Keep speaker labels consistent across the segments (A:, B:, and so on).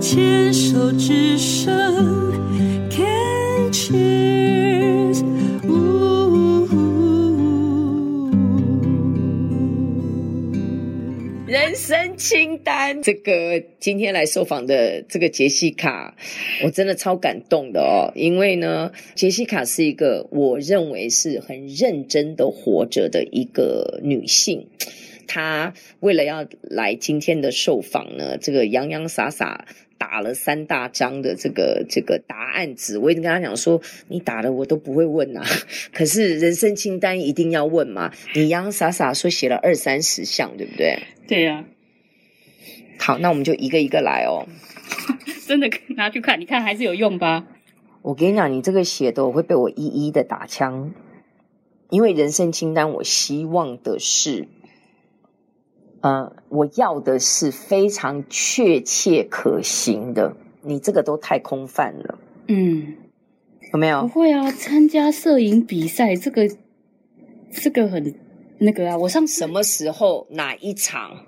A: 牵手之声，Can cheers。
B: 人生清单，这个今天来受访的这个杰西卡，我真的超感动的哦，因为呢，杰西卡是一个我认为是很认真的活着的一个女性。她为了要来今天的受访呢，这个洋洋洒洒打了三大张的这个这个答案纸。我已经跟她讲说，你打的我都不会问啊， 可是人生清单一定要问嘛。你洋洋洒洒说写了二三十项，对不对？
C: 对呀、
B: 好，那我们就一个一个来哦。
C: 真的拿去看，你看还是有用吧？
B: 我跟你讲，你这个写的我会被我一一的打枪，因为人生清单，我希望的是，呃，我要的是非常确切可行的。你这个都太空泛了，
C: 嗯，
B: 有
C: 不
B: 没有？
C: 会啊，参加摄影比赛这个这个很那个啊，我上次呃
B: 什么时候哪一场？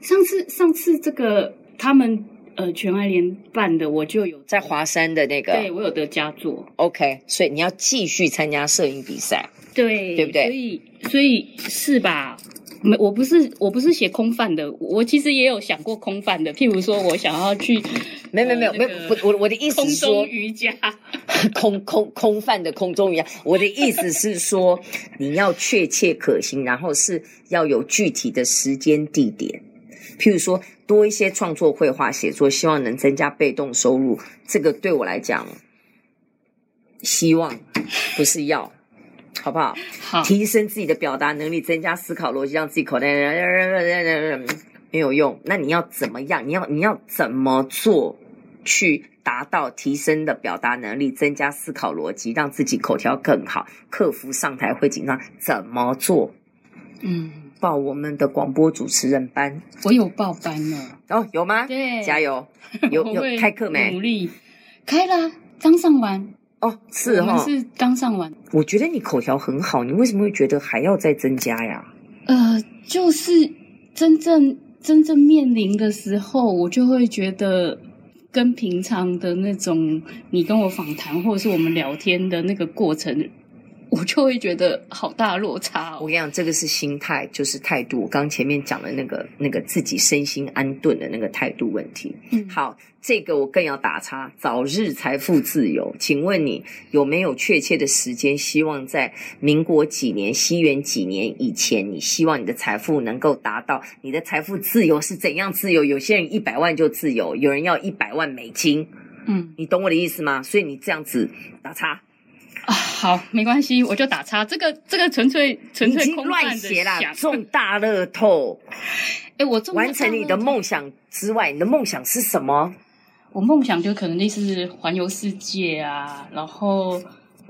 C: 上次上次这个他们呃全爱联办的，我就有
B: 在华山的那
C: 对
B: 个
C: 我有得佳作，
B: ，OK，所以你要继续参加摄影比赛。
C: 对
B: 对不对
C: 所以所以是吧？没，我不是我不是写空泛的，我其实也有想过空泛的，譬如说我想要去
B: 没有没有没有
C: 呃
B: 没有
C: 那个，
B: 不，我我的意思
C: 空
B: 是说
C: 中，瑜伽，
B: 空空空泛的空中一样。我的意思是说，你要确切可行，然后是要有具体的时间地点。譬如说，多一些创作绘画写作，希望能增加被动收入。这个对我来讲，希望不是要，好不好？
C: 好，
B: 提升自己的表达能力，增加思考逻辑，让自己口袋没有用。那你要怎么样？你要你要怎么做去达到提升的表达能力，增加思考逻辑，让自己口条更好，克服上台会紧张？怎么做？
C: 嗯，
B: 报我们的广播主持人班
C: 我有报班了。
B: 哦，有吗？
C: 对
B: 加油！有
C: 我会嗯
B: 有开课
C: 努
B: 没？
C: 力开啦，刚上完，
B: 哦，是
C: 我们
B: 哦。
C: 是刚上完。
B: 我觉得你口条很好，你为什么会觉得还要再增加呀？
C: 呃，就是真正真正面临的时候，我就会觉得跟平常的那种你跟我访谈或者是我们聊天的那个过程，我就会觉得好大落差哦
B: 我跟。你讲，这个是心态，就是态度。我刚前面讲的那个那个自己身心安顿的那个态度问题。
C: 嗯，
B: 好，这个我更要打叉，早日财富自由。请问你有没有确切的时间？希望在民国几年、西元几年以前，你希望你的财富能够达到你的财富自由是怎样自由？有些人一百万就自由，有人要一百万美金，
C: 嗯
B: 你懂我的意思吗？所以你这样子打叉，
C: 啊，好，没关系，我就打叉。这个这个纯粹纯
B: 已
C: 粹
B: 经
C: 空
B: 乱
C: 泛的
B: 写啦，
C: 想，
B: 中大乐透。
C: 哎，我中了
B: 完成你
C: 大
B: 的
C: 乐透
B: 梦想之外，你的梦想是什么？
C: 我梦想就可能类似环游世界啊，然后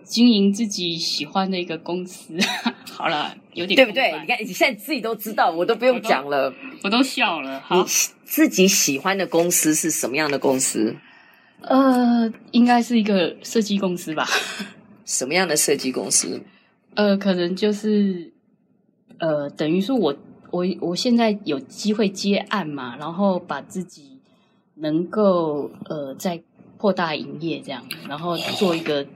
C: 经营自己喜欢的一个公司。 好了，有点
B: 对不对
C: 空？泛
B: 你看，你现在自己都知道，我都不用讲了。
C: 我都笑了。好
B: 你，喜自己喜欢的公司是什么样的公司？
C: 呃，应该是一个设计公司吧？
B: 什么样的设计公司？
C: 呃，可能就是呃，等于说我我我现在有机会接案嘛，然后把自己能够呃再扩大营业这样，然后做一个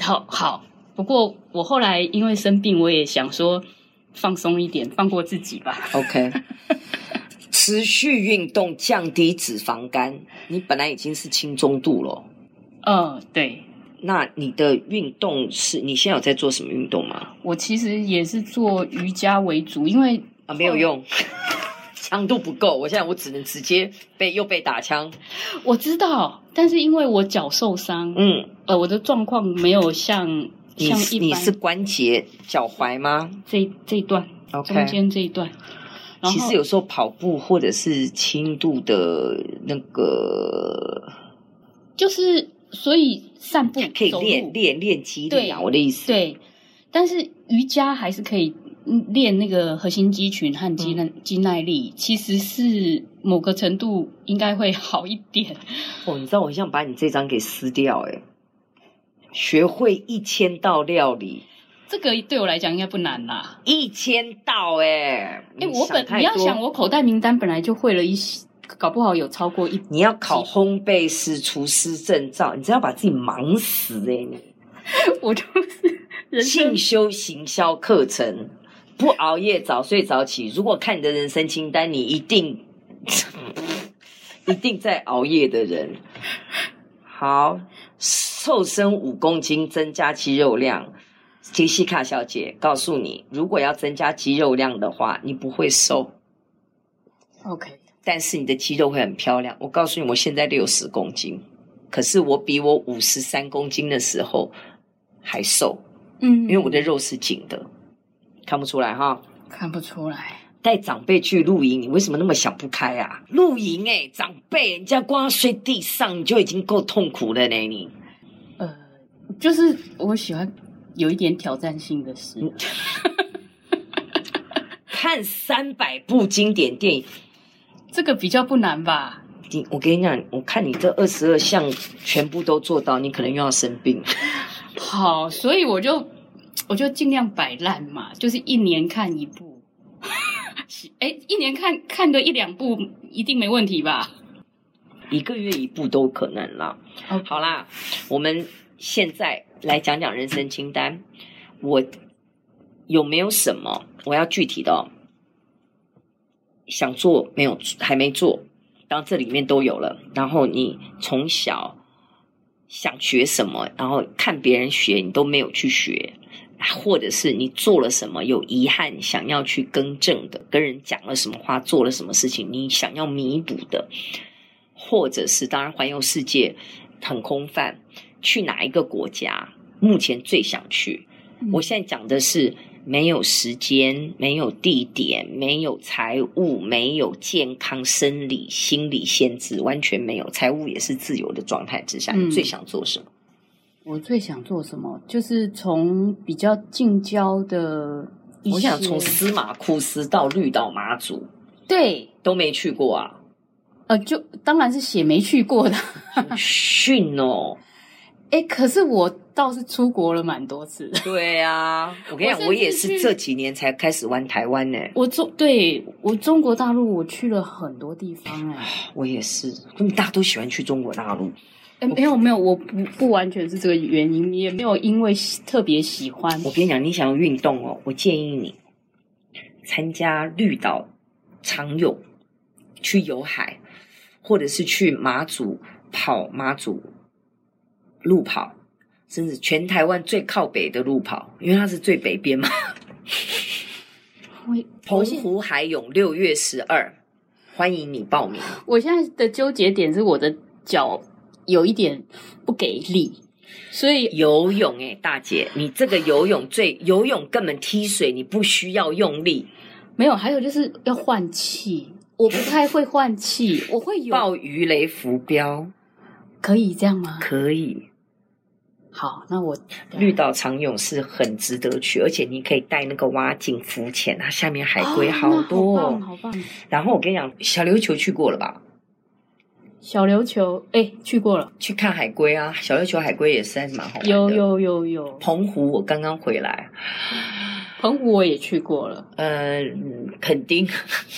C: 好好。不过我后来因为生病，我也想说放松一点，放过自己吧。
B: OK，持续运动降低脂肪肝。你本来已经是轻中度了，
C: 嗯、对
B: 那你的运动是你现在有在做什么运动吗？
C: 我其实也是做瑜伽为主，因为
B: 啊，没有用，强度不够。我现在我只能直接被又被打枪。
C: 我知道，但是因为我脚受伤，
B: 嗯，
C: 呃，我的状况没有像
B: 你
C: 像
B: 是
C: 一
B: 你
C: 般
B: 是关节脚踝吗
C: 这这一段
B: ？OK，
C: 中间这一段，然
B: 其
C: 后
B: 实有时候跑步或者是轻度的那个，
C: 就是所以散步
B: 可以
C: 走路
B: 练练练肌力啊。
C: 对
B: 我的意思，，
C: 对，但是瑜伽还是可以嗯练那个核心肌群和
B: 嗯
C: 肌耐、肌耐力，其实是某个程度应该会好一点。
B: 哦，你知道我很想把你这张给撕掉哎、学会一千道料理，
C: 这个对我来讲应该不难啦。
B: 一千道哎、欸，
C: 哎，我本
B: 太
C: 你要
B: 多
C: 想，我口袋名单本来就会了一些搞不好有超过一
B: 你要考烘焙师、厨师证照，你真要把自己忙死哎、你
C: 我就是人生
B: 进修行销课程，不熬夜，早睡早起。如果看你的人生清单，你一定 一定在熬夜的人。好，瘦身五公斤，增加肌肉量。杰西卡小姐告诉你，如果要增加肌肉量的话，你不会瘦。
C: OK。
B: 但是你的肌肉会很漂亮。我告诉你，我现在六十公斤，可是我比我五十三公斤的时候还瘦，
C: 嗯，
B: 因为我的肉是紧的，看不出来哈。
C: 看不出来，
B: 带长辈去露营，你为什么那么想不开啊？露营哎、长辈人家光要睡地上你就已经够痛苦了呢，你
C: 呃，就是我喜欢有一点挑战性的事，
B: 看三百部经典电影。
C: 这个比较不难吧？
B: 你我跟你讲，我看你这二十二项全部都做到，你可能又要生病。
C: 好，所以我就我就尽量摆烂嘛，就是一年看一部。哎，一年看看个一两部一定没问题吧？
B: 一个月一部都有可能啦。
C: 哦
B: 好啦，我们现在来讲讲人生清单。我有没有什么我要具体的、哦、想做没有还没做，然后这里面都有了。然后你从小想学什么，然后看别人学你都没有去学，或者是你做了什么有遗憾想要去更正的，跟人讲了什么话，做了什么事情你想要弥补的，或者是当然环游世界很空泛，去哪一个国家目前最想去？我现在讲的是没有时间、没有地点、没有财务、没有健康、生理、心理限制，完全没有。财务也是自由的状态之下，
C: 嗯
B: 你最想做什么？
C: 我最想做什么？就是从比较近郊的一些，
B: 我想从司马库斯到绿岛马祖
C: 对，
B: 都没去过啊，
C: 呃，就当然是写没去过的。
B: 很逊哦。
C: 哎，可是我倒是出国了蛮多次的。
B: 对啊，我跟你
C: 我
B: 讲，
C: 甚
B: 我也
C: 至
B: 是
C: 去
B: 这几年才开始玩台湾呢、
C: 我中对我中国大陆我去了很多地方哎、
B: 我也是，他们大家都喜欢去中国大陆。
C: 哎没有没有，我不不完全是这个原因，也没有因为喜特别喜欢。
B: 我跟你讲，你想要运动哦，我建议你参加绿岛长泳，去游海，或者是去马祖跑马祖路跑，甚至全台湾最靠北的路跑，因为它是最北边嘛。
C: 我
B: 澎湖海泳六月十二，欢迎你报名。
C: 我现在的纠结点是我的脚有一点不给力，所以
B: 游泳哎、大姐，你这个游泳最游泳根本踢水，你不需要用力。
C: 没有。还有就是要换气，我不太会换气，我会有
B: 抱鱼雷浮标
C: 可以这样吗？
B: 可以。
C: 好，那我
B: 绿岛长泳是很值得去，而且你可以带那个蛙镜浮潜，它下面海龟
C: 哦
B: 好多、
C: 那好棒好棒。
B: 然后我跟你讲，小琉球去过了吧？
C: 小琉球哎、去过了，
B: 去看海龟啊，小琉球海龟也是还是蛮好玩的。
C: 有。有有有，
B: 澎湖我刚刚回来，
C: 澎湖我也去过了。
B: 呃，嗯垦丁，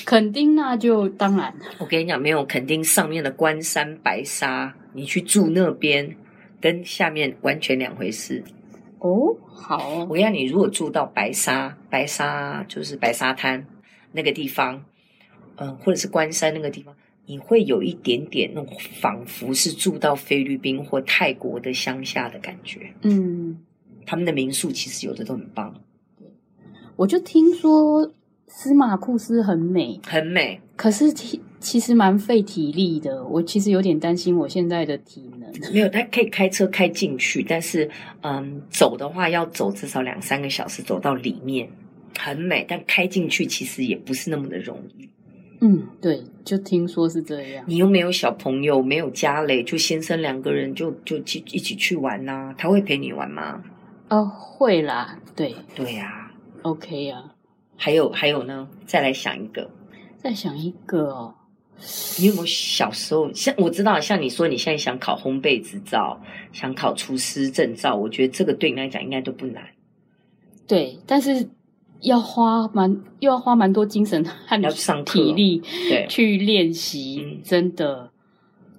C: 肯定那就当然，
B: 我跟你讲，没有垦丁上面的关山白沙，你去住那边跟下面完全两回事。
C: 哦，好哦
B: 我跟你讲，你如果住到白沙，白沙就是白沙滩那个地方，嗯、或者是关山那个地方，你会有一点点那种仿佛是住到菲律宾或泰国的乡下的感觉。
C: 嗯，
B: 他们的民宿其实有的都很棒，
C: 我就听说司马库斯很美，
B: 很美。
C: 可是其其实蛮费体力的，我其实有点担心我现在的体能。
B: 没有，它可以开车开进去，但是嗯，走的话要走至少两三个小时，走到里面很美，但开进去其实也不是那么的容易。
C: 嗯，对，就听说是这样。
B: 你又没有小朋友，没有家累，就先生两个人就就去一起去玩呐、他会陪你玩吗？
C: 哦，会啦，对
B: 对呀、
C: ，OK 啊。
B: 还有还有呢，再来想一个，
C: 再想一个哦，
B: 你有没有小时候像我知道，像你说你现在想考烘焙执照，想考厨师证照，我觉得这个对你来讲应该都不难。
C: 对，但是要花蛮又要花蛮多精神
B: 要上
C: 和
B: 课
C: 体力
B: 对，
C: 去练习
B: 嗯，
C: 真的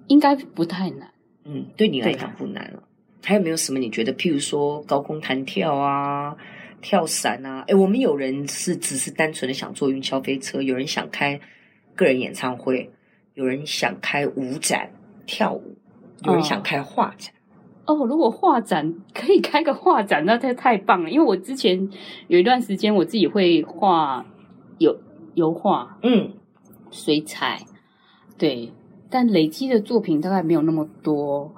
C: 应该不太难。
B: 嗯，对你来
C: 对
B: 讲不难了。还有没有什么你觉得，譬如说高空弹跳啊、跳伞啊？诶，我们有人是只是单纯的想坐云霄飞车，有人想开个人演唱会，有人想开舞展跳舞，有人想开画展。
C: 哦，如果画展可以开个画展，那太太棒了。因为我之前有一段时间我自己会画油油画、
B: 嗯，
C: 水彩，对，但累积的作品大概没有那么多。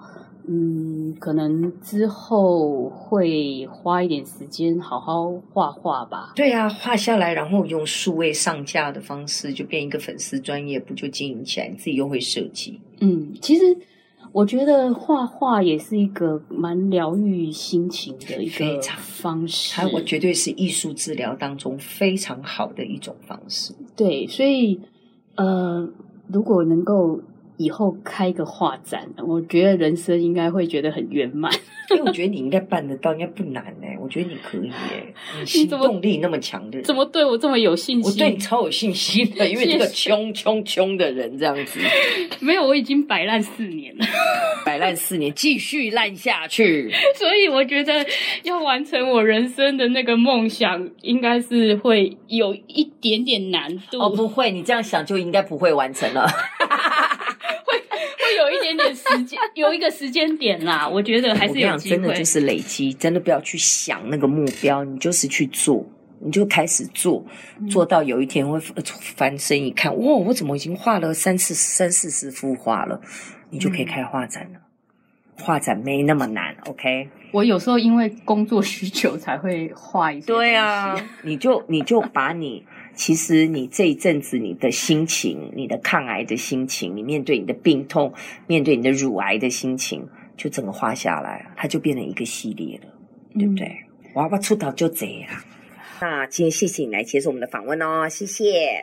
C: 嗯，可能之后会花一点时间好好画画吧。
B: 对啊，画下来，然后用数位上架的方式，就变一个粉丝专业，不就经营起来？你自己又会设计，
C: 嗯，其实我觉得画画也是一个蛮疗愈心情的一
B: 非
C: 个
B: 常
C: 方式。
B: 它我绝对是艺术治疗当中非常好的一种方式。
C: 对，所以呃，如果能够以后开个画展，我觉得人生应该会觉得很圆满。
B: 因为我觉得你应该办得到，应该不难哎、我觉得你可以哎、你行
C: 怎么
B: 动力那么强的人
C: 怎，么对我这么有信
B: 我
C: 心？
B: 对你超有信心的，因为
C: 谢
B: 这
C: 谢
B: 个穷穷穷的人这样子，
C: 没有，我已经摆烂四年了，
B: 摆烂四年，继续烂下去。
C: 所以我觉得要完成我人生的那个梦想，应该是会有一点点难度，
B: 哦，不会，你这样想就应该不会完成了。
C: 会有一点点时间，有一个时间点啦。我觉得还
B: 我
C: 是
B: 跟你
C: 有
B: 讲，
C: 机
B: 真的
C: 会
B: 就。是累积，真的不要去想那个目标，你就是去做，你就开始做，
C: 嗯
B: 做到有一天会呃翻身一看，哇，我怎么已经画了三四三四十幅画了？你
C: 嗯
B: 就可以开画展了。画展没那么难，OK？
C: 我有时候因为工作需求才会画一些。
B: 对啊，你就你就把你其实你这一阵子你的心情，你的抗癌的心情，你面对你的病痛，面对你的乳癌的心情，就整个画下来，它就变成一个系列了。
C: 对
B: 对不？对？娃娃出道就这样。那今天谢谢你来接受我们的访问哦，谢谢。